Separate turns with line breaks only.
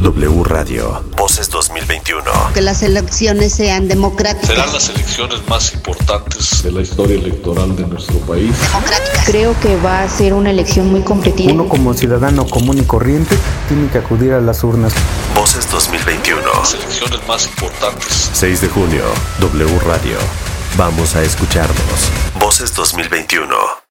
W Radio. Voces 2021.
Que las elecciones sean democráticas.
Serán las elecciones más importantes de la historia electoral de nuestro país.
Democráticas.
Creo que va a ser una elección muy competitiva.
Uno como ciudadano común y corriente tiene que acudir a las urnas.
Voces 2021.
Las elecciones más importantes.
6 de junio. W Radio. Vamos a escucharnos. Voces 2021.